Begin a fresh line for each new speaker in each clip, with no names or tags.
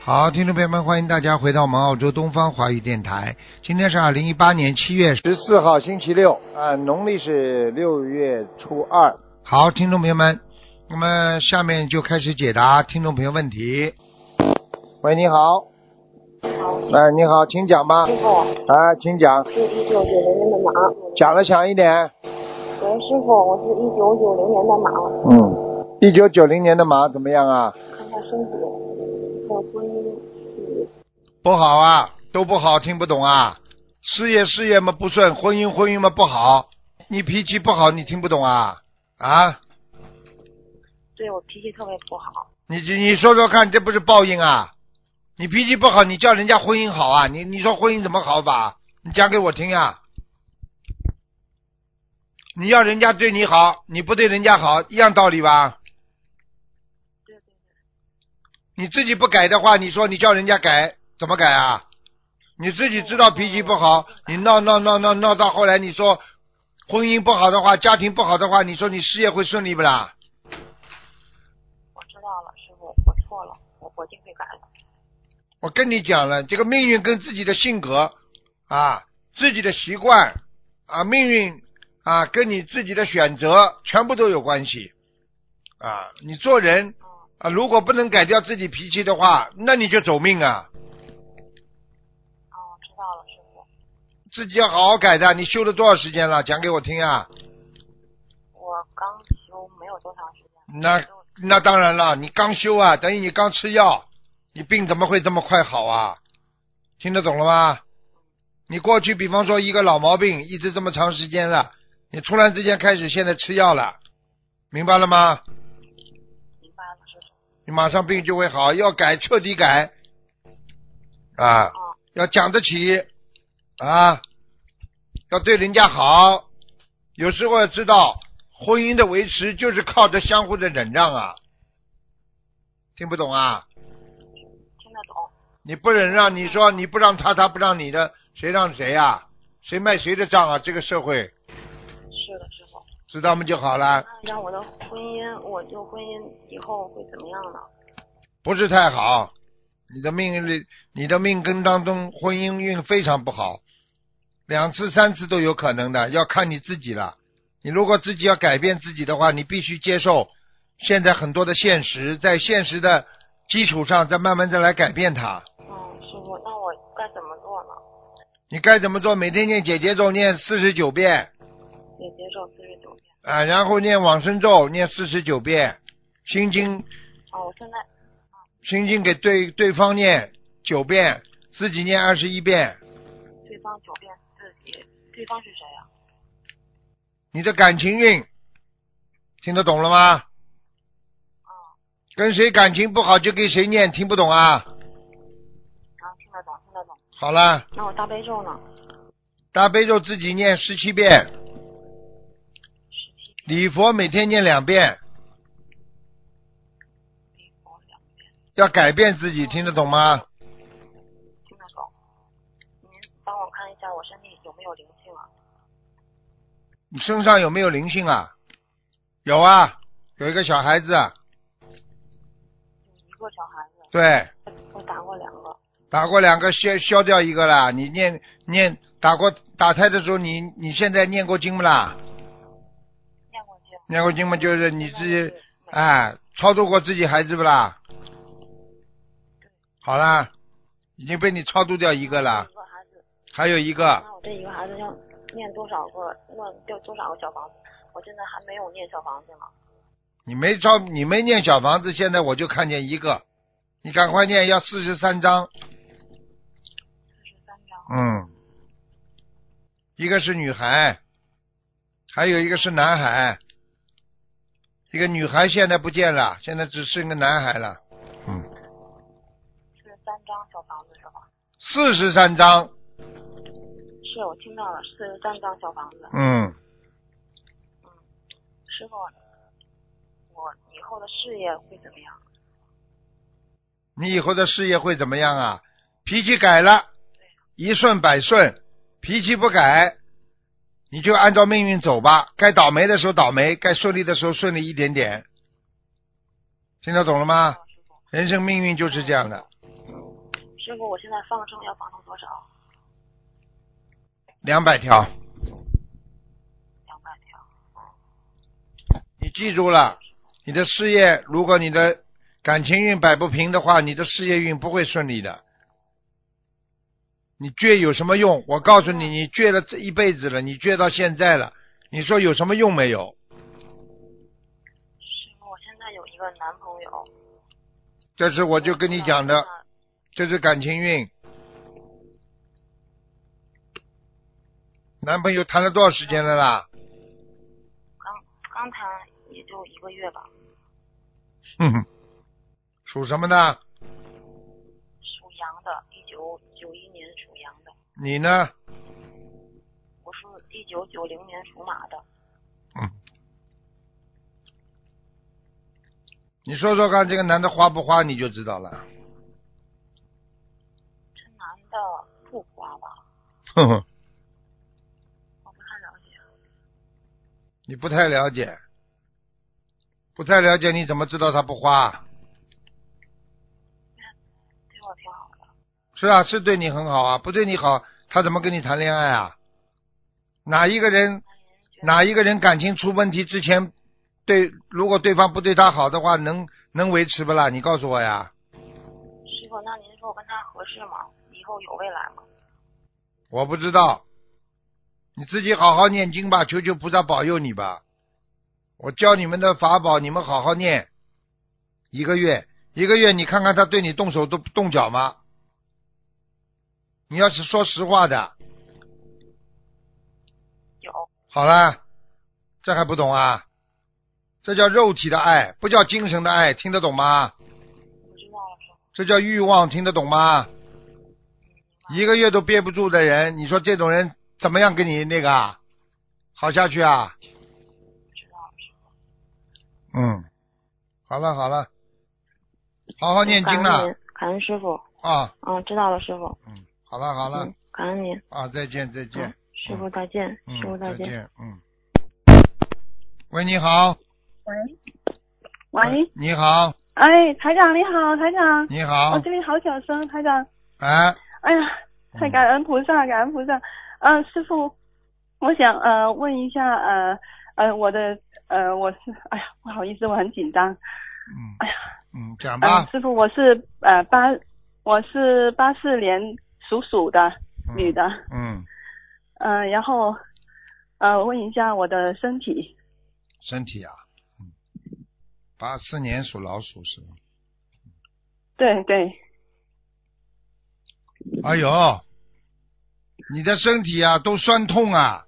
好，听众朋友们，欢迎大家回到我们澳洲东方华语电台。今天是二零一八年七月十四号，星期六，啊，农历是六月初二。好，听众朋友们，那么下面就开始解答听众朋友问题。喂，你好，
好，
哎、你好，请讲吧。
师傅，
啊，请讲，
是一九九零年的马。
讲的响一点。
喂，师傅，我是一九九零年的马，
嗯，一九九零年的马怎么样啊？
看看身体，还有婚姻。嗯
不好啊，都不好，听不懂啊。事业事业嘛不顺，婚姻婚姻嘛不好。你脾气不好，你听不懂啊？啊，
对我脾气特别不好，
你你说说看，这不是报应啊？你脾气不好，你叫人家婚姻好啊？你你说婚姻怎么好法？你讲给我听啊！你要人家对你好，你不对人家好，一样道理吧？
对对对，
你自己不改的话，你说你叫人家改，怎么改啊？你自己知道脾气不
哦
好，你闹闹闹闹闹到后来，你说婚姻不好的话，家庭不好的话，你说你事业会顺利不啦？
我知道了，师傅，我错了，我我一定会改的。
我跟你讲了，这个命运跟自己的性格啊、自己的习惯啊、命运啊，跟你自己的选择全部都有关系啊。你做人
嗯，
啊，如果不能改掉自己脾气的话，那你就走命啊。
哦，知道了，师傅，
自己要好好改的。你修了多少时间了？讲给我听啊。
我刚修没有多长时间。
那
就
那当然了，你刚修啊，等于你刚吃药，你病怎么会这么快好啊？听得懂了吗？你过去比方说一个老毛病一直这么长时间了，你突然之间开始现在吃药了，明白了吗？
明白了，师傅。
你马上病就会好，要改彻底改，啊，
嗯，
要讲得起，啊，要对人家好。有时候要知道，婚姻的维持就是靠着相互的忍让啊。听不懂啊？
听得懂。
你不忍让，你说你不让他，他不让你的，谁让谁啊？谁卖谁的账啊？这个社会
是的，师傅。
知道吗就好了，
那让我的婚姻，我就婚姻以后会怎么样呢？
不是太好。你的命里，你的命根当中，婚姻运非常不好，两次三次都有可能的，要看你自己了。你如果自己要改变自己的话，你必须接受现在很多的现实，在现实的基础上，再慢慢再来改变它。
嗯，师傅，那我该怎么做呢？
你该怎么做？每天念姐姐咒，念四十九遍。
也接受四十九遍。
啊，然后念往生咒，念四十九遍，心经
啊，我现在
心经给对对方念九遍，自己念二十一遍。
对方九遍自己，对方是谁啊呀、
你的感情运听得懂了吗？
嗯
跟谁感情不好就给谁念，听不懂啊？
嗯，然后听得懂，听得懂。
好了，
那我大悲咒呢？
大悲咒自己念十七遍，
十七遍，
礼佛每天念两遍，
礼佛两遍，
要改变自己，听得懂吗？
听得懂。您帮我看一下我身体有没有灵性啊？
你身上有没有灵性啊？有啊，有一个小孩子，啊，
有一个小孩子，
对，
我打过两个，
打过两个消消掉一个啦。你念念打过打胎的时候，你你现在念过经不啦？
念过经。
念过经嘛，就是你自
现在
己
是没
哎，超度过自己孩子不啦？好啦，已经被你超度掉一个啦，
一个孩子，
还有一个
那我这一个孩子要念多少个？念掉多少个小房子？我现在还没有念小房子呢。
你没超，你没念小房子，现在我就看见一个，你赶快念，要四十三章，
四十三张。
嗯，一个是女孩，还有一个是男孩。一个女孩现在不见了，现在只剩个男孩了。嗯
四十三张小房子是吧？
四十三章，
是我听到了，四十三张小房子。
嗯，
师傅，我以后的事业会怎么样？
你以后的事业会怎么样啊？脾气改了，一顺百顺；脾气不改，你就按照命运走吧。该倒霉的时候倒霉，该顺利的时候顺利一点点。听得懂了吗？
啊师傅，
人生命运就是这样的。
嗯，师傅，我现在放生要放成多少？
两百条，
两百条。
你记住了，你的事业，如果你的感情运摆不平的话，你的事业运不会顺利的。你倔有什么用？我告诉你，你倔了这一辈子了，你倔到现在了，你说有什么用没有？
师傅，我现在有一个男朋友。呃
这是我就跟你讲的，
嗯
这是感情运。男朋友谈了多少时间了啦？
刚刚谈也就一个月吧，
哼哼，属什么呢？
属羊的，一九九一年属羊的，
你呢？
我是一九九零年属马的。
你说说看，这个男的花不花，你就知道了。
这男的不花吧？
哼哼，
我不太了解。
你不太了解，不太了解，你怎么知道他不花？啊
对我挺好的，
是啊，是对你很好啊，不对你好，他怎么跟你谈恋爱啊？哪一个人
那您觉得？
哪一个人感情出问题之前，对如果对方不对他好的话，能能维持不啦？你告诉我呀，
师傅，那您说我跟他合适吗？以后有未来吗？
我不知道，你自己好好念经吧，求求菩萨保佑你吧。我教你们的法宝，你们好好念，一个月一个月，你看看他对你动手动动脚吗？你要是说实话的，
有，
好啦，这还不懂啊？这叫肉体的爱，不叫精神的爱，听得懂吗？
我知道了，师傅。
这叫欲望，听得懂吗？一个月都憋不住的人，你说这种人怎么样跟你那个啊好下去啊？
我知道了，师傅。
嗯，好了好了，好好念经
感
了
恩您，感恩师傅。
啊，
嗯，知道了，师傅。
嗯，好了好了
嗯，感恩您。
啊，再见再见
嗯，师傅再见，师傅
嗯，
再
再
见。
见，嗯。喂，你好，
喂，喂，
你好，
哎，台长你好，台长，
你
我
好，
这里好小声，台长，
哎，
哎呀，太感恩菩萨，感恩菩萨，嗯、师傅，我想呃问一下呃呃我的呃我是，哎呀，不好意思，我很紧张，
嗯
哎呀，
嗯，讲
嗯、
吧，
师傅，我是呃八，我是八四年属鼠的
嗯
女的，
嗯，
嗯、然后呃问一下我的身体，
身体啊，嗯，八四年属老鼠是吧？
对对，嗯
哎呦，你的身体啊都酸痛啊，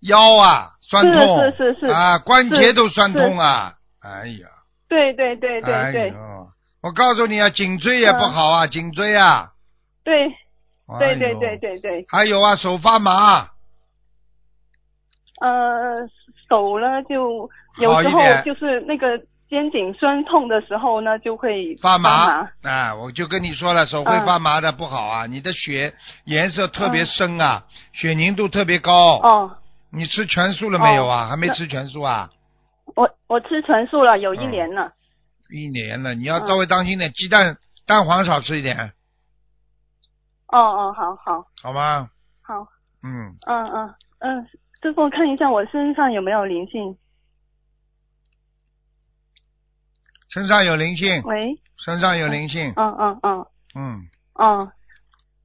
腰啊酸痛，
是是是是
啊，关节都酸痛啊，哎呀，
对对对对
哎
对
呦，我告诉你啊，颈椎也不好啊，颈椎啊，
对
哎
对
呦
对对，对对。
还有啊，手发麻，
呃，手呢就有时
好一
候
点
就是那个肩颈酸痛的时候呢，就会
发麻
麻，
哎，我就跟你说了，手会
嗯
发麻的不好啊，你的血颜色特别深啊，血凝度特别高，
哦，
你吃全素了没有啊？还没吃全素啊？
我我吃全素了，有一年了。
一年了，你要
嗯
稍微当心点，鸡蛋蛋黄少吃一点，
哦哦，好好
好吗？
好，
嗯，
嗯嗯嗯，师傅看一下我身上有没有灵性？
身上有灵性，
喂，
身上有灵性，
嗯嗯嗯
嗯，
嗯，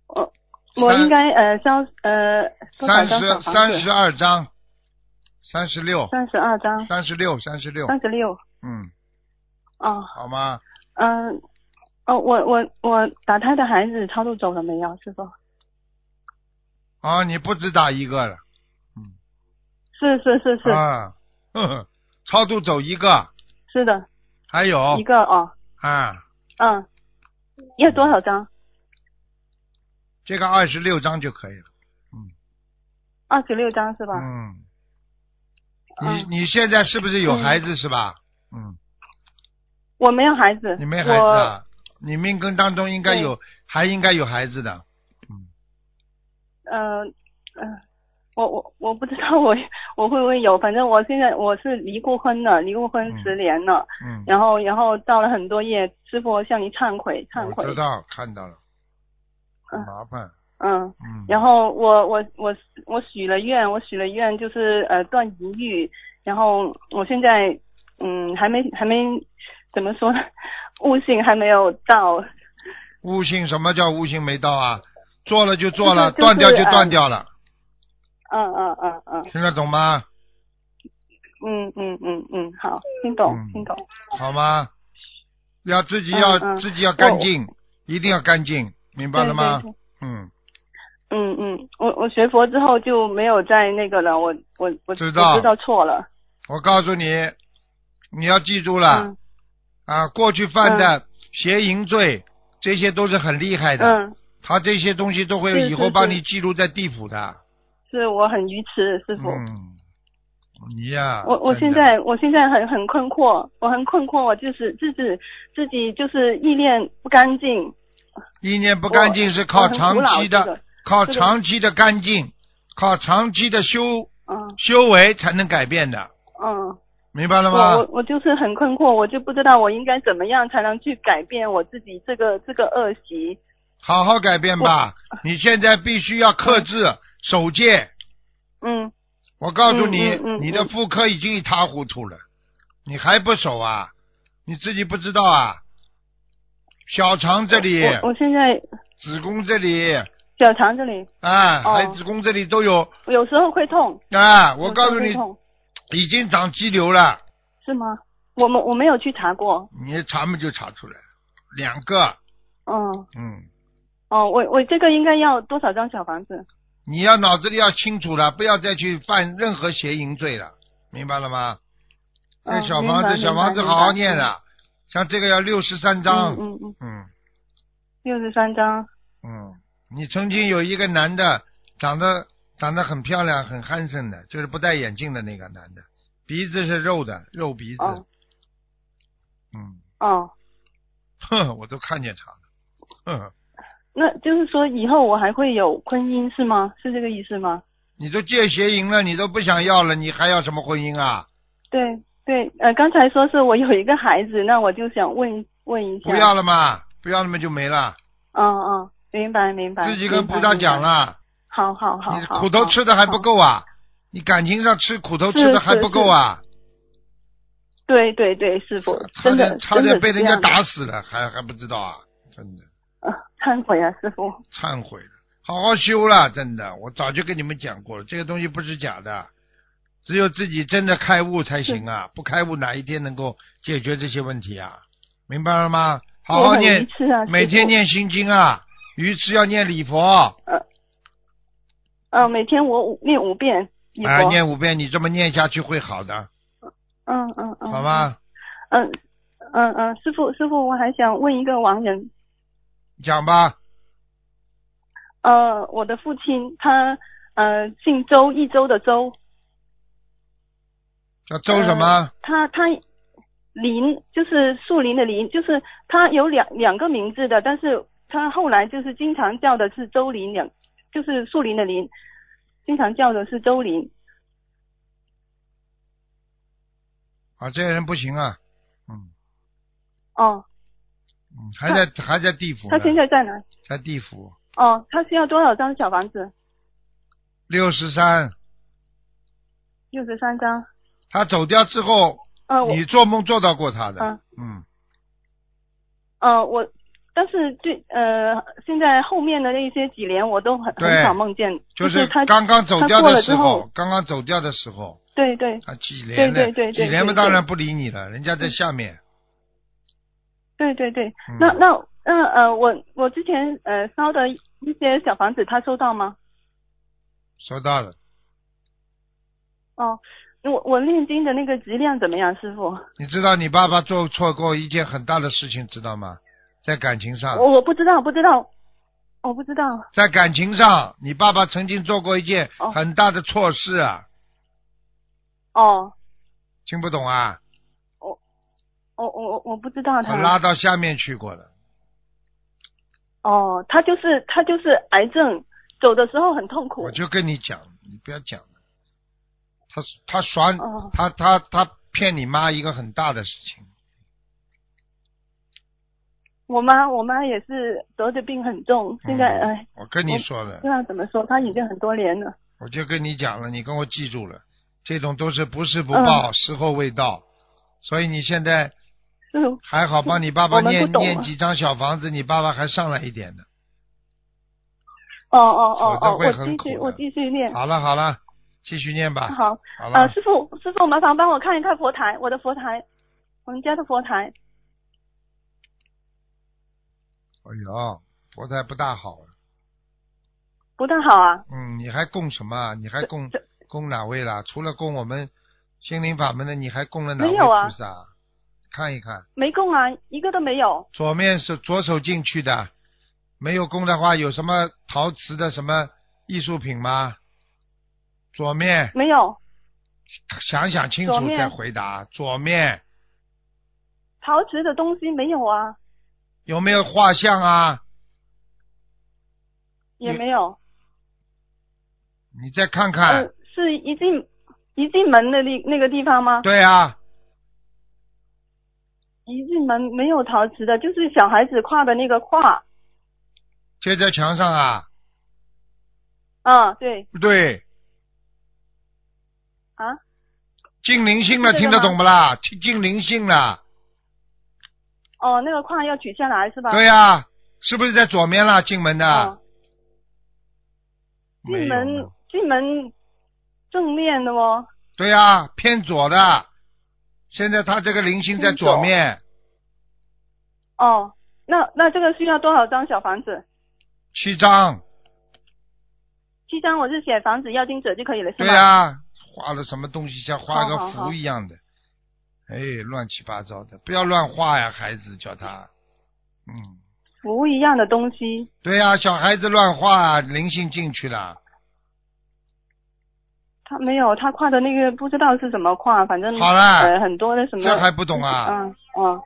我我
三
应该呃消呃多少
三
张
十
小房
三
子
十？二张，三十六，
三十二张，
三十六，三十六，
三十六。
嗯，
哦，
好吗？
嗯、哦，我我我打胎的孩子超度走了没有，师傅？
啊，你不止打一个了
是是是是、
啊，呵呵，超度走一个，
是的，
还有
一个哦，
啊，
嗯，要多少张？
这个二十六张就可以了。
二十六张是吧？
嗯，
嗯
你你现在是不是有孩子是吧？嗯，
我没有孩 子，
你没孩子啊？你命根当中应该
对
有，还应该有孩子的。
我呃呃，我我我不知道我 我会不会有，反正我现在我是离过婚了，离过婚
嗯
十年了，
嗯，
然后然后造了很多业，师傅向你忏悔忏
我
悔
知，道，看到了。很麻烦。
嗯，
嗯，
然后我我我我许了愿，我许了愿就是呃断淫欲，然后我现在嗯还没还没怎么说呢，悟性还没有到，
悟性什么叫悟性没到啊？做了就做了，
就是
断掉就
嗯
断掉了，
嗯嗯嗯嗯
听得懂吗？
嗯嗯嗯嗯，好，听懂
嗯
听懂，
好吗？要自己要、
嗯嗯
自己要干净，一定要干净，明白了吗？
对对对
嗯，
嗯嗯，我我学佛之后就没有再那个了，我我我
知道
我知道错了，
我告诉你，你要记住了、
嗯
啊，过去犯的邪淫罪，这些都是很厉害的，
嗯，
他这些东西都会
是
以后
是
把
是
你记录在地府的。
是我很愚痴，师傅。
嗯，你呀、
我我
真
现
的
在我现在很很困惑，我很困惑，我就是自己自己就是意念不干净，
意念不干净是靠
我很
长
苦恼
期的，
这个
靠
这个
长期的干净，靠长期的修
嗯
修为才能改变的，
嗯，
明白了
我
吗？
我我就是很困惑，我就不知道我应该怎么样才能去改变我自己这个这个恶习。
好好改变吧，你现在必须要克制守戒。
嗯
我告诉你，
嗯嗯嗯
你的妇科已经一塌糊涂了，你还不守啊？你自己不知道啊？小肠这里、
我我现在
子宫这里
小肠这里
啊，
哦
还子宫这里都有
我有时候会痛，
啊！我
有时
告
候
诉
会
你，
痛
已经长肌瘤了，
是吗？我们我没有去查过，
你查嘛就查出来了，两个，
嗯
嗯，
哦，我我这个应该要多少张小房子？
你要脑子里要清楚了，不要再去犯任何邪淫罪了，明白了吗？
嗯
哎这小房子，
明白
小房子
明白
好好
明白
念了，像这个要六十三章，
嗯嗯嗯，
嗯
六十三张，
嗯，你曾经有一个男的，长得长得很漂亮，很憨生的，就是不戴眼镜的那个男的，鼻子是肉的，肉鼻子，
哦
嗯，
哦。
哼，我都看见他了，哼，
那就是说，以后我还会有婚姻是吗？是这个意思吗？
你都戒邪淫了，你都不想要了，你还要什么婚姻啊？
对对，呃，刚才说是我有一个孩子， 那我就想问问一下。
不要。了嘛，不要了嘛就没了，
嗯嗯，明白明白。
自己跟
明白
菩萨讲。
明白
了。
好好好
你
好。
苦头
好
吃的还不。
好
够啊！你感情上吃苦头吃的还不够啊！
对对对，师傅，
差
真的
点差点被人家。
真的是
打死了，还还不知道啊！真的
这样的呃 忏悔啊，师傅。
忏悔了，好好修了，真的，我早就跟你们讲过了，这个东西不是假的，只有自己真的开悟才行啊！不开悟哪一天能够解决这些问题啊？明白了吗？好
我
好
很
念
愚，痴啊，师
每天
父。
念心经啊，鱼吃要念礼佛，
嗯、每天我五念五遍。礼佛
啊，。念五遍，你这么念下去会好的，
嗯嗯嗯。
好吗？
嗯？嗯嗯嗯，师傅师傅，我还想问一个亡人，嗯
讲吧。
呃，我的父亲他呃姓周，一周的周，
叫周什么？
呃他他林就是树林的林，就是他有两两个名字的，但是他后来就是经常叫的是周林两，就是树林的林，经常叫的是周林。呃
啊，这个人不行啊，嗯
哦，
嗯，还在还在地府呢
他，现在在哪？
在地府
哦，他需要多少张小房子？
六十三，
六十三张。
他走掉之后，
呃，我
你做梦做到过他的
嗯，
嗯，
呃我，但是最呃现在后面的那些几年我都很
对
很少梦见，
就
就是他
刚刚走掉
他过
的
了
时
之
候
后，
刚刚走掉的时候，
对对
他几连
对对
了，
对
几
对
连嘛
对对
当然不理你了，人家在下面，
对对对，
嗯
那那那呃，我我之前呃烧的一些小房子，他收到吗？
收到了，
哦，那我我念经的那个质量怎么样，师傅？
你知道你爸爸做错过一件很大的事情，知道吗？在感情上，
我我不知道，不知道，我不知道。
在感情上，你爸爸曾经做过一件
哦
很大的错事啊，
哦，
听不懂啊？
我我我我不知道
他
他。
拉到下面去过了。
哦，他就是他就是癌症，走的时候很痛苦
我。就跟你讲，你不要讲了。他他耍、
哦
他他他骗你妈一个很大的事情，
我妈，我妈也是得的病很重，现在
嗯
哎，
我跟你说了
不知，道怎么说，她已经很多年了。
我就跟你讲了，你跟我记住了，这种都是不是不报，时候未到，所以你现在
嗯，
还好，帮你爸爸
我们不
念
懂啊
念几张小房子，你爸爸还上来一点呢。
哦哦哦
否则
哦，
会
我
很
继
苦
续
的
我继续念。
好了啊好了，继续念吧。
嗯好，
好了，
呃，师傅师傅，麻烦帮我看一看佛台，我的佛台，我们家的佛台。
哎呦，佛台不大好。啊
不大好啊。
嗯，你还供什么啊？你还供
这
供哪位啦？除了供我们心灵法门的，你还供了哪位
没有啊
菩萨？看一看，
没供啊，一个都没有。
左面是左手进去的，没有供的话，有什么陶瓷的什么艺术品吗？左面
没有，
想想清
左
楚
面
再回答。左面
陶瓷的东西没有啊，
有没有画像啊？
也
你
没有。
你再看看。
嗯，是一进一进门的那那个地方吗？
对啊，
一进门没有陶瓷的，就是小孩子画的那个画。
贴在墙上啊。
啊，对
不对，
啊，
进灵性了，
是这
听
个
得
吗
懂不啦？听进灵性了。
哦，那个画要取下来是吧？
对啊呀、是不是在左面啦？进门的。
啊。
没
进
有
门进门正面的哦，
对呀、偏左的。现在他这个灵性在左面，
哦，那那这个需要多少张小房子？
七张。
七张，我是写房子要经者就可以了，是
对啊
吗？
呀、画了什么东西像画个
好好
符一样的，哎，乱七八糟的，不要乱画呀，孩子，叫他。嗯，
服务一样的东西，
对呀、小孩子乱画，灵性进去了，
他没有，他画的那个不知道是什么画，反正
好啦
呃很多的什么，
这还不懂啊？
嗯哦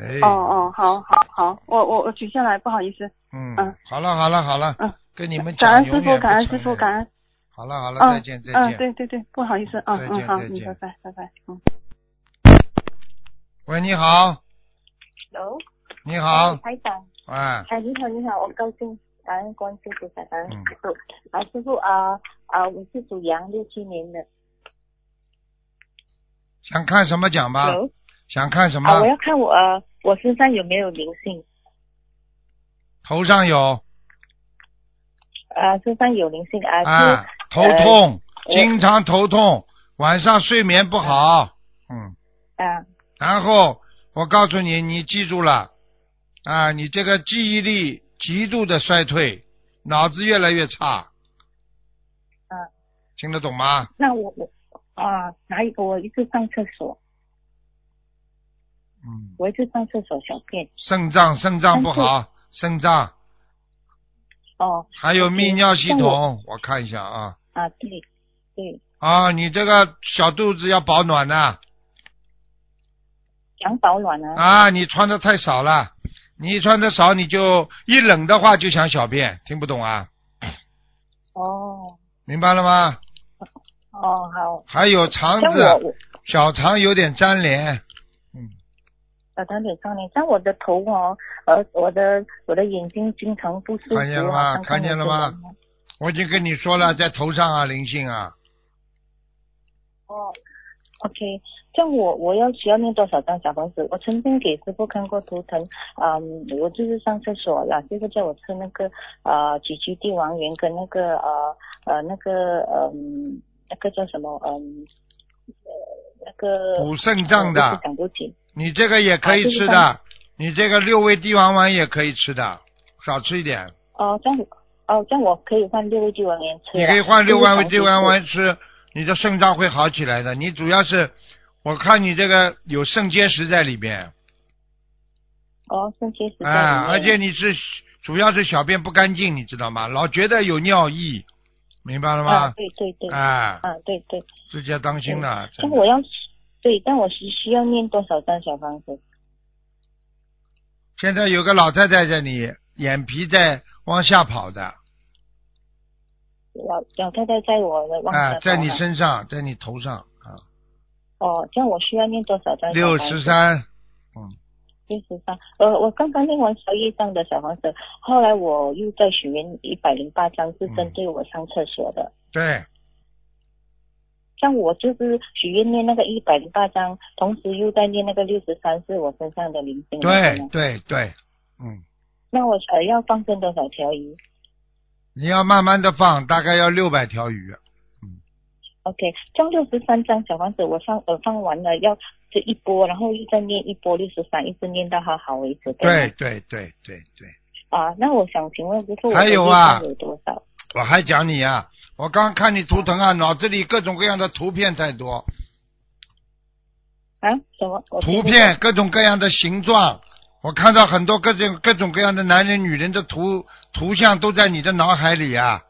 哎，
哦哦，好好好，我我我取下来，不好意思，
嗯
嗯，
好了好了好了
嗯，
跟你们
感
讲
恩
永
师
远
傅，
不
感恩师
承
傅，
认
感恩，
好了好了，再
嗯
见再
嗯，
见。
对对对，不好意思，嗯
再见
嗯好，
再
嗯
见
拜拜拜拜，嗯。
喂，你好，
Hello，
你好
嗯
哎，台长，
哎，
哎，你好，你好，我高兴，感恩关心菩萨，感恩
嗯
师傅，啊，师傅啊啊，我是属羊，六七年的，
想看什么讲吧？
有
想看什么？
啊，我要看我呃我身上有没有灵性，
头上有
呃
啊，身上有灵性啊，是
哎
啊，头痛，
我
经常头痛，晚上睡眠不好，嗯，
啊
然后我告诉你，你记住了，啊，你这个记忆力极度的衰退，脑子越来越差，
嗯，
听得懂吗？
那我我啊，哪一个我一直上厕所，
嗯，
我一直上厕所小便，
肾脏肾脏不好，肾脏
哦
还有泌尿系
像
统，我看一下啊，
啊，对对，
啊，你这个小肚子要保暖呐、
羊保暖啊，
啊，你穿的太少了，你一穿的少，你就一冷的话就想小便，听不懂啊？
哦
明白了吗？
哦好，
还有肠
像我
子，
我
小肠有点粘连，
呃，当脸上脸，像我的头哦，呃，我的我的眼睛经常不舒服，
看见了吗
好像
看见了吗
看我的人啊？
我已经跟你说了，在头上啊，灵性啊，
哦，OK，像我我要需要念多少张小房子？我曾经给师傅看过图腾，嗯，我就是上厕所了，师傅叫我吃那个呃杞菊地黄丸跟那个呃呃那个嗯、那个叫什么嗯、呃那个
补肾脏的
我一时想不起
你这个也可以吃的，
啊
你这个六味地黄丸也可以吃的，少吃一点，
哦，这样哦这样我可以换六味地黄丸吃了，
你可以换六
就是
味
想
地黄
吃
丸吃，你的肾脏会好起来的。你主要是，我看你这个有肾结石在里边，
哦，肾结石在里面
啊，而且你是主要是小便不干净，你知道吗？老觉得有尿意，明白了
啊，
吗？
对对对，
啊，
啊对对，
自己要当心了。
但
真的
我要对，但我是需要念多少张小房子？
现在有个老太太在你眼皮在往下跑的，
老老太太在我的忘
啊，
了
在
找
你
了
身上，在你头上啊，
哦，这样我需要念多少张？
六十。三，
六十三，呃，我刚刚念完十一张的小黄蛇，后来我又在许愿一百零八张，是
嗯
针对我上厕所的。
对，
嗯像我就是许愿念那个一百零八张，同时又在念那个六十三，是我身上的灵性。
对，。对，对，嗯，
那我呃要放生多少条鱼
你要慢慢的放，大概要六百条
哎
鱼，
？OK，像六十三张小黄蛇，我放呃放完了要这一波，然后又再念一波六十三，一直念到它好为止。
对
吗。
对对对对，
啊，那我想请问师傅，我的
还有啊
业障有多少？
我还讲你啊，我刚看你图腾啊，脑子里各种各样的图片太多，
啊，什么？我听
图
不
片各种各样的形状，我看到很多各种各种各样的男人、女人的图图像都在你的脑海里啊，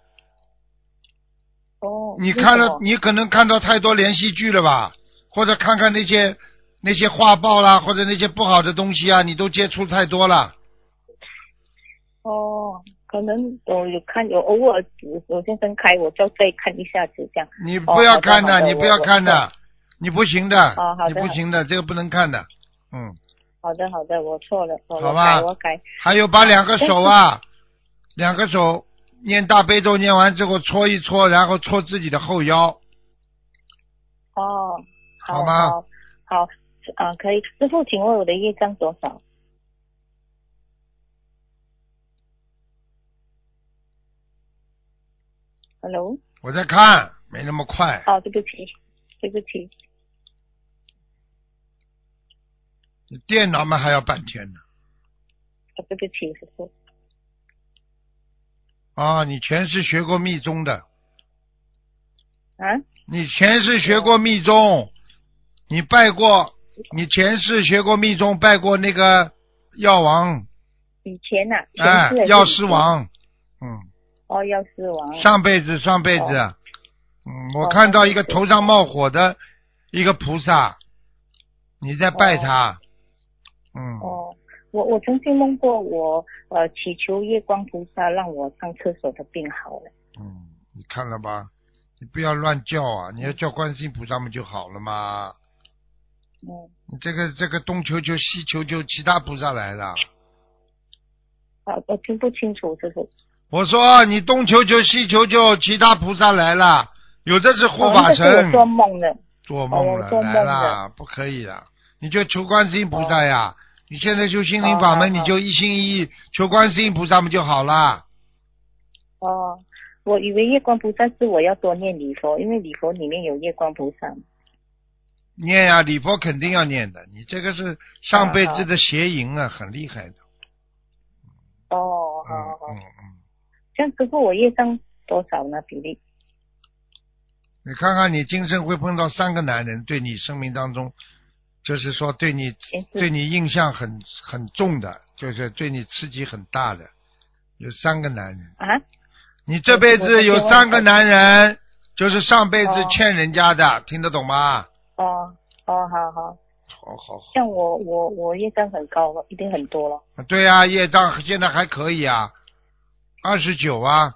懂哦，
你
为
看
什
了
么，
你可能看到太多连续剧了吧，或者看看那些那些画报啦，或者那些不好的东西啊，你都接触太多了。
哦，可能我有看，有偶尔我我先分开，我就再看一下子这样。
你
哦
不要
好的
看
好的
你不
我
要
我
看
错
的，你不行的，
好的
你不
好
行的，这个不能看的。嗯，
好的，好的，我错了，我
好
我
吧
改，我改。
还有把两个手
哎
啊，两个手念大悲咒，念完之后搓一搓，然后搓自己的后腰。
哦，好
好吗
好好啊、可以。师傅，请问我的业障多少？Hello，
我在看，没那么快。
哦，对不起，对不起，
你电脑嘛还要半天呢。
哦、对不起，师傅。
啊，你前世学过密宗的，
啊，
你前世学过密宗，你拜过，你前世学过密宗，拜过那个药王，
以前呐、前
哎
世还，是
药
以
师
前。
王，嗯。
哦，药师王。
上辈子，上辈子，
哦
嗯，我
哦
看到一个
上辈子
头上冒火的一个菩萨，你在拜他，嗯，
哦，我我曾经梦过我呃祈求月光菩萨让我上厕所的病好了。
嗯，你看了吧？你不要乱叫啊！你要叫观世音菩萨们就好了嘛。
嗯，
你这个这个东求求西求求，其他菩萨来了。
啊，我听不清楚，师傅。
我说你东求求西求求，其他菩萨来了，有的是护
哦
法
那是
神
我，做梦的。
做梦了，
哦我做梦
来啦，不可以啦，你就求观世音菩萨呀。你现在修心灵法门，
哦哦好
你就一心一意求观世音菩萨不就好啦？
哦，我以为月光菩萨是我要多念礼佛，因为礼佛里面有月光菩萨。
念呀、礼佛肯定要念的。你这个是上辈子的邪淫啊，很厉害的。
哦，
嗯
好好。
嗯
好
嗯，
这样师傅，我业障多少呢？比例？
你看看你今生会碰到三个男人，对你生命当中，就是说对你
前世
对你印象很很重的，就是对你刺激很大的，有三个男人。
啊？
你这辈
我我
子
先
有
问
三
一
个
下
男人，就是上辈子
哦
欠人家的，听得懂吗？
哦哦，好好。
好好
像我我我业障很高了，一定很多了。
好，对呀、啊，业障现在还可以啊，二十九啊，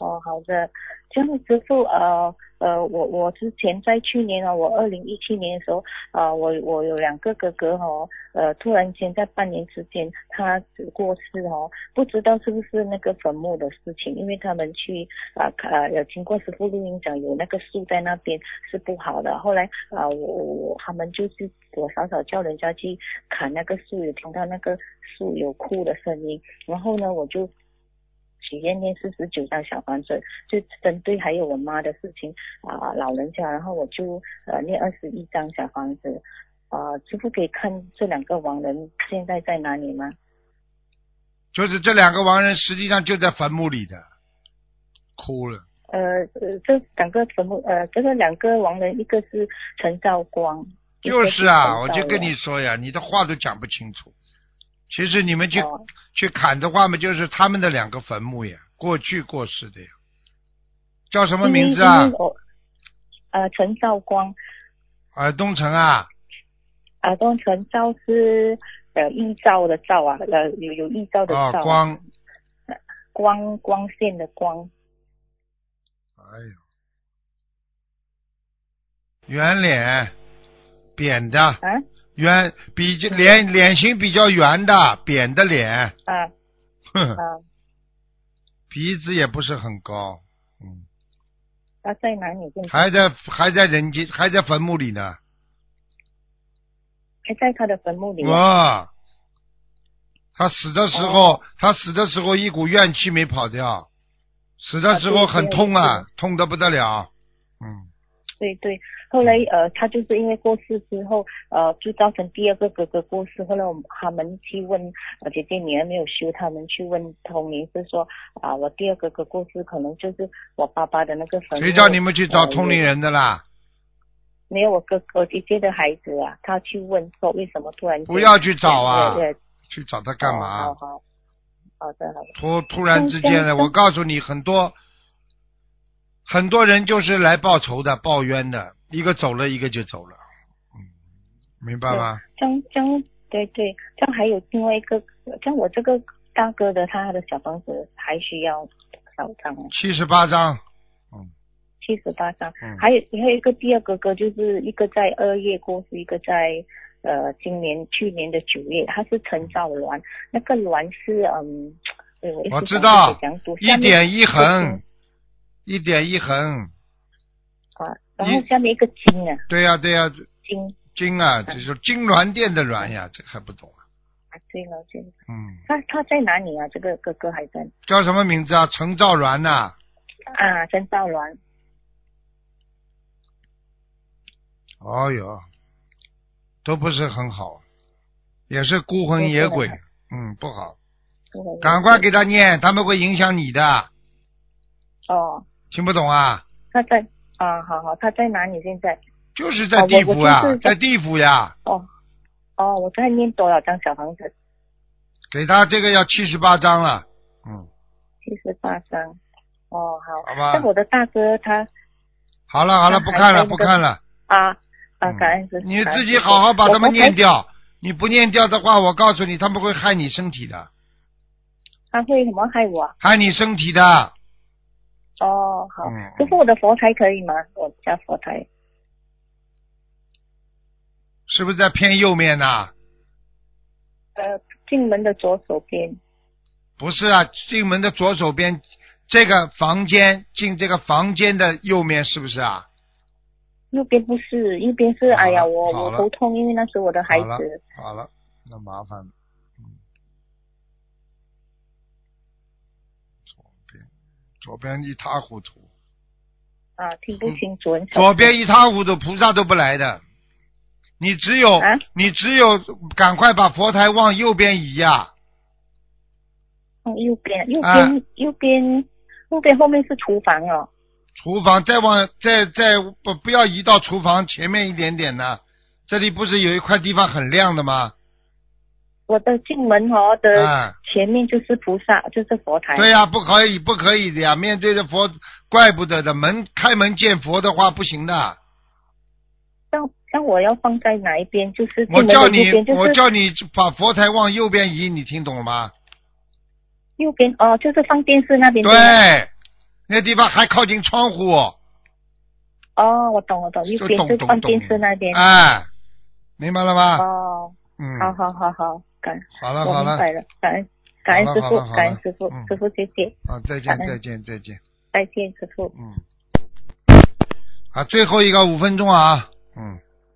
哦，好的。就是师傅，呃呃，我我之前在去年呢，我二零一七年的时候，呃，我我有两个哥哥哦，呃，突然间在半年之间他过世哦，不知道是不是那个坟墓的事情，因为他们去啊看呃有经过师傅录音讲有那个树在那边是不好的，后来啊、我我我他们就是我嫂嫂叫人家去砍那个树，有听到那个树有哭的声音，然后呢我就许愿念四十九张小黄水，就针对还有我妈的事情啊、老人家，然后我就呃念二十一张小黄纸。啊、师傅可以看这两个亡人现在在哪里吗？
就是这两个亡人实际上就在坟墓里的，哭了。
呃，呃这两个坟墓，呃，这个两个亡人，一个是陈兆光，一
就
个
是啊，
陈
我
兆
就跟
元
你说呀，你的话都讲不清楚。其实你们去、
哦
去砍的话嘛，就是他们的两个坟墓呀，过去过世的呀，叫什么名字
因为
啊
因？为我呃，陈兆光，
尔东城啊，
啊、呃，东陈兆是呃一兆的兆啊，呃，有有一兆的
啊
兆、
光，
光光线的光，
哎呦，圆脸，扁的，
啊，
圆比较脸脸型比较圆的扁的脸，
啊
哼，
啊，
鼻子也不是很高，嗯，
他在哪里见？
还在还在人间还在坟墓里呢，
还在他的坟墓里啊。
哇，他死的时
哦
候他死的时候一股怨气没跑掉，死的时候
啊对
很
对
痛啊，痛得不得了，嗯，
对对，后来呃，他就是因为过世之后，呃，就造成第二个哥哥过世。后来我们他们去问，呃，姐姐女儿没有修，他们去问同龄是说啊、我第二个哥哥过世，可能就是我爸爸的那个坟墓。
谁叫你们去找
呃
通灵？人的啦？
没有我哥哥我姐姐的孩子啊，他去问说为什么突然间
不要去找啊
对对
去找他干嘛？
好好好的好的，
突突然之间呢，
像
我告诉你，很多很多人就是来报仇的、报冤的，一个走了，一个就走了，嗯，明白吗？
江江对对，江还有另外一个，像我这个大哥的他的小房子还需要多少张啊？
七十八章，
七十八张，
嗯
还有还有一个第二哥哥，就是一个在二月过世，一个在呃今年去年的九月，他是陈兆鸾，那个鸾是嗯，对我一
我
直
知道
想读
一点一横
嗯，
一点一横，
啊，然后下面一个金啊
对呀、对呀、
金
金啊，
嗯
就是金銮殿的銮呀，这个还不懂啊？
啊，对了对了，
嗯，
他他在哪里啊？这个哥哥还在
叫什么名字啊？陈兆鸾呐、
啊，陈兆鸾，
哦哟，都不是很好，也是孤魂
对
野
对
鬼
对，
嗯，不好，
这个
赶快给他念，他们会影响你的，
哦，
听不懂啊？
他在啊，好好，他在哪里现在？
就是在
哦我
地府呀、
我就是
在地府呀、
哦哦，我在念多少张小房子？
给他这个要七十八章了，嗯，
七十八张，哦好。
好吧
但我的大哥他
好了好了，
那
不
还
看
在
了
那
不
个
看了，
啊啊，
嗯
感恩师父
你
感
自
恩
己
师父哦
好好把他们念。
我我
掉，你不念掉的话，我告诉你，他们会害你身体的，
才他会什么害我啊？
害你身体的，
哦，好
嗯。
师傅，我的佛台可以吗？我家佛台
是不是在偏右面呐、
呃，进门的左手边。
不是啊，进门的左手边，这个房间进这个房间的右面是不是啊？
右边不是，右边是，
好了
哎呀，我
好
我
了
头痛，因为那时我的孩
好了
子，
好了，那麻烦了。嗯左边，左边一塌糊涂。
啊，听不清楚。很小
嗯左边一塌糊涂，菩萨都不来的。你只有、
啊
你只有赶快把佛台往右边移啊呀、
声哦右边，右
啊
边，右边，右边后面是厨房哦。
厨房再往再再不不要移到厨房前面一点点呢。这里不是有一块地方很亮的吗？
我的进门哦的
啊，
前面就是菩萨，就是佛台。
对呀、啊不可以，不可以的呀！面对着佛，怪不得的门开门见佛的话不行的。
像像我要放在哪一边？就是进
我
门的
叫
右
你
边，，就
我
是
叫你把佛台往右边移，你听懂了吗？
右边哦，就是放电视那边。
对
吧，
那地方还靠近窗户。
哦，我懂我懂，右边
就
就
懂
放
懂
电视那边。
哎，明白了吗？
哦，
嗯，
好好好好，感
好了
我
好
明
了，
白了，感恩感恩
好了
师
好
傅
了好了，
感恩师傅
嗯，
师傅谢谢，
啊，再见
感恩
再见再见，
再见师傅。
嗯，啊，最后一个五分钟啊，嗯，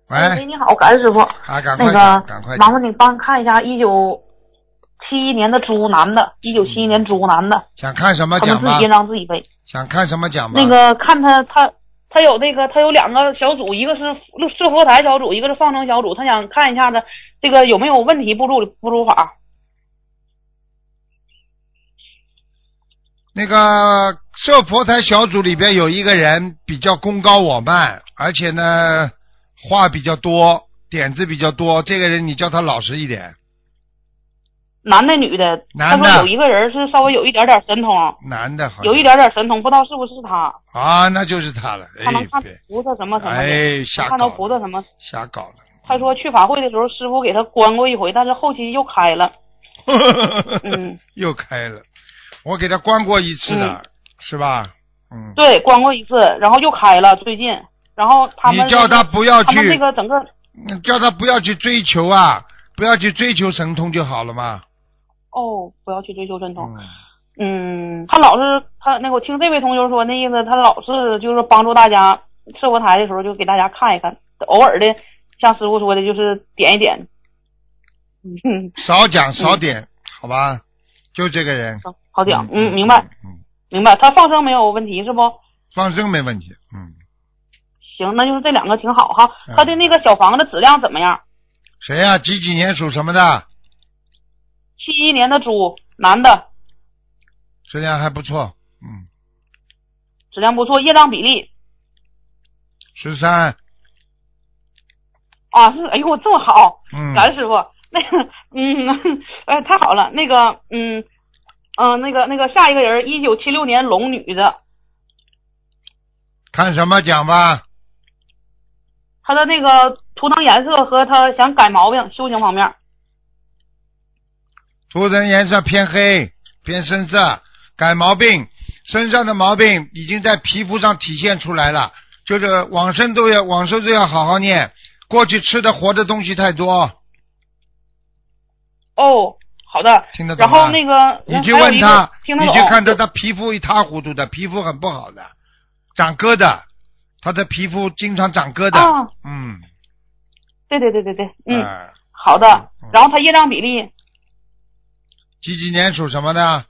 喂，
喂，
你好，感恩师傅。
啊，赶
哎那
快
个
点，赶快，
麻烦你帮看一下一九七一年的猪男的，一九七一年猪男的，
想看什么
他们
嗯讲
自己
吧，
肩章自己背。
想看什么讲吧，
那个看他他他有那个他有两个小组，一个是是佛台小组，一个是放生小组，他想看一下子这个有没有问题布住布住法。
那个设佛台小组里边有一个人比较功高我慢，而且呢话比较多，点子比较多，这个人你叫他老实一点，
男的女的，
男的啊
他说有一个人是稍微有一点点神通，
男的好像
有一点点神通，不知道是不是他，
啊，那就是他了，
他能
哎，
看
别
菩萨什么什么的，
哎，瞎
看
搞
到
了
菩萨什么。
瞎搞了。
他说去法会的时候，师傅给他关过一回，但是后期又 开了。嗯，
又开了，我给他关过一次的，是吧？嗯，
对，关过一次，然后又开了最近。然后他们
你叫他不要
他们那
去，
个整个
你叫他不要去追求啊，不要去追求神通就好了嘛。
哦，不要去追求神通。
嗯，
嗯，他老是他那个，我听这位同学说那意思，他老是就是帮助大家设佛台的时候就给大家看一看，偶尔的像师傅说的，就是点一点。 嗯哼，
少讲少点，好吧？就这个人。
好好嗯讲，嗯，明白，
嗯，
明白。他放生没有问题是不？
放生没问题。嗯，
行，那就是这两个挺好哈
嗯。
他的那个小房子质量怎么样？
谁呀、几几年属什么的？
七一年的猪，男的，
质量还不错。嗯，
质量不错，业障比例
十三。
啊是，哎呦，这么好，
嗯，
感恩师傅。那个，嗯， 哎，太好了。那个，嗯，嗯、那个，那个，下一个人，一九七六年龙女的，
看什么讲吧？
她的那个图腾颜色和她想改毛病、修行方面，
图腾颜色偏黑，偏深色，改毛病，身上的毛病已经在皮肤上体现出来了。就是往生都要往生都要好好念，过去吃的活的东西太多，
哦，好的，
听得懂
然
吗？
后那个，
你去
还有
问
一个
他，
听哦得
你去
懂
看他，他皮肤一塌糊涂的，皮肤很不好的，长疙瘩，他的皮肤经常长疙瘩。
啊，
嗯
对对对对对，嗯，
哎
好的
嗯。
然后她业障比例，
几几年属什么的？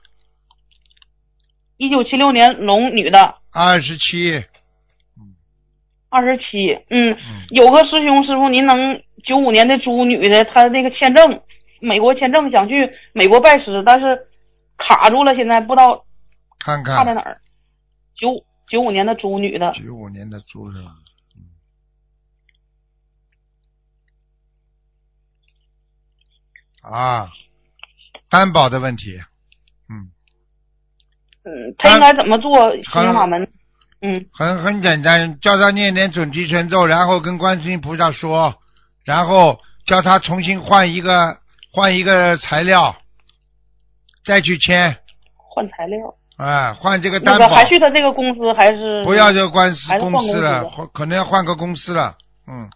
一九七六年龙女的，
二十七。
二十七，嗯，
嗯，
有个师兄师傅，您能九五年的猪女的，她那个签证，美国签证想去美国拜师，但是卡住了，现在不知道
看
卡
看
在哪儿。九九五年的猪女的，
九五年的猪是吧？嗯。啊，担保的问题，嗯，
嗯，她应该怎么做心灵法门？嗯，
很很简单，叫他念点准提神咒，然后跟观世音菩萨说，然后叫他重新换一个换一个材料，再去签，
换材料，
啊，换这个
那
担
个
保，
还去她这个公司还是
不要这个官司
还是换
公司了，
公司
换可能要换个公司了，嗯，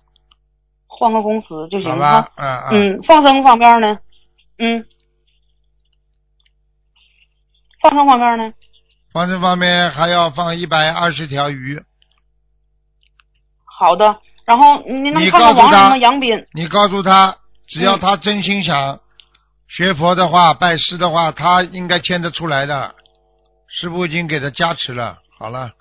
换个公司就行
好
哈
吧。，啊啊，
嗯，放生方面呢？嗯，放生方面呢？
放生方面还要放一百二十条鱼，
好的。然后您能
你
看看
告诉
王
她
什么杨斌？
你告诉他，只要
嗯
他真心想学佛的话、拜师的话，他应该签得出来的。师傅已经给他加持了，好了。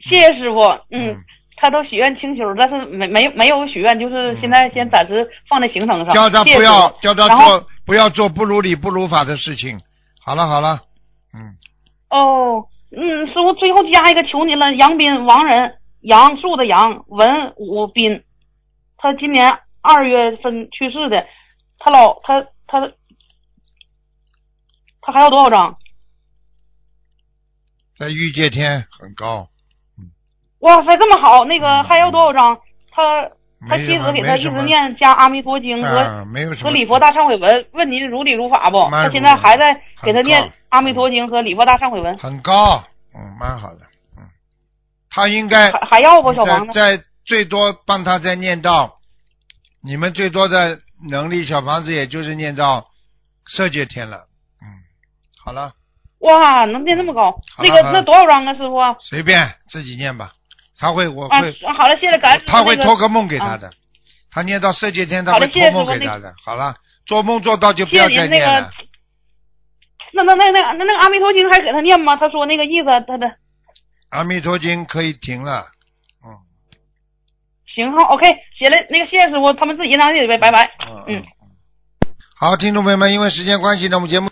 谢谢师傅，嗯，他都许愿清修，但是没没没有许愿，就是现在先暂时放在行程上。
嗯叫他
啊谢谢
不
师
要
傅
叫他
然后
做不要做不如理不如法的事情。好了好了，嗯，
哦，嗯，师傅最后加一个求您了，杨斌，王仁，杨树的杨，文武斌，他今年二月份去世的，他老他他他还有多少张？
在欲界天很高，
哇塞，这么好，那个还有多少张？他他
嗯没
妻
什么
子给他
没
一
什
直
么
念加阿弥陀经和
啊，没有什
和
么
礼佛大忏悔文，问您如理如法不？
蛮
他
如
现在还在给他
很
念
高
阿弥陀经和礼佛大忏悔文，
很高，嗯，蛮好的，嗯，他应该
还还要不小房子？
在在最多帮他再念到，你们最多的能力小房子也就是念到色界天了，嗯，好了，
哇，能念这么高？
好了
那
好
个
了哦
那多少张啊，师傅？啊，
随便自己念吧，他会我会、
好了，谢谢感恩师傅。
他会
啊那个
托个梦给他的，他念到色界天，他
好
会
的
托
谢谢
梦
师傅
给他的。好了，做梦做到就不
谢
要
谢
再
您那
念了
个。，那那那那那那个阿弥陀经还给他念吗？他说那个意思，他的
阿弥陀经可以停了，嗯
行哈，OK，写了那个谢谢师傅，他们自己拿去呗，拜拜。
嗯
嗯
嗯。好，听众朋友们，因为时间关系呢，我们节目。